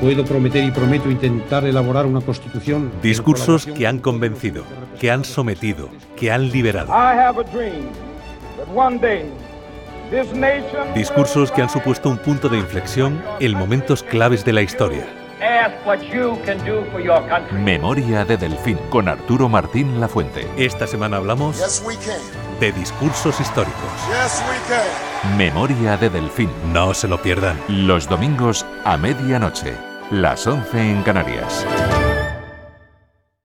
Puedo prometer y prometo intentar elaborar una constitución. Discursos que han convencido, que han sometido, que han liberado. Discursos que han supuesto un punto de inflexión en momentos claves de la historia. Memoria de Delfín con Arturo Martín Lafuente. Esta semana hablamos de discursos históricos. Memoria de Delfín. No se lo pierdan. Los domingos a medianoche, las 11 en Canarias.